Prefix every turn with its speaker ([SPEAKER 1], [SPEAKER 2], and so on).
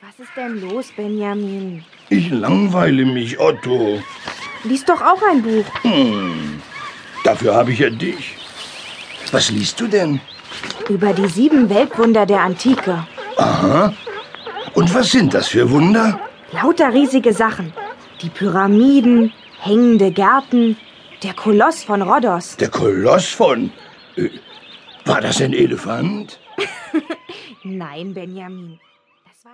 [SPEAKER 1] Was ist denn los, Benjamin?
[SPEAKER 2] Ich langweile mich, Otto.
[SPEAKER 1] Lies doch auch ein Buch.
[SPEAKER 2] Hm, dafür habe ich ja dich. Was liest du denn?
[SPEAKER 1] Über die sieben Weltwunder der Antike.
[SPEAKER 2] Aha. Und was sind das für Wunder?
[SPEAKER 1] Lauter riesige Sachen. Die Pyramiden, hängende Gärten, der Koloss von Rhodos.
[SPEAKER 2] Der Koloss von. Äh, War das ein Elefant?
[SPEAKER 1] Nein, Benjamin.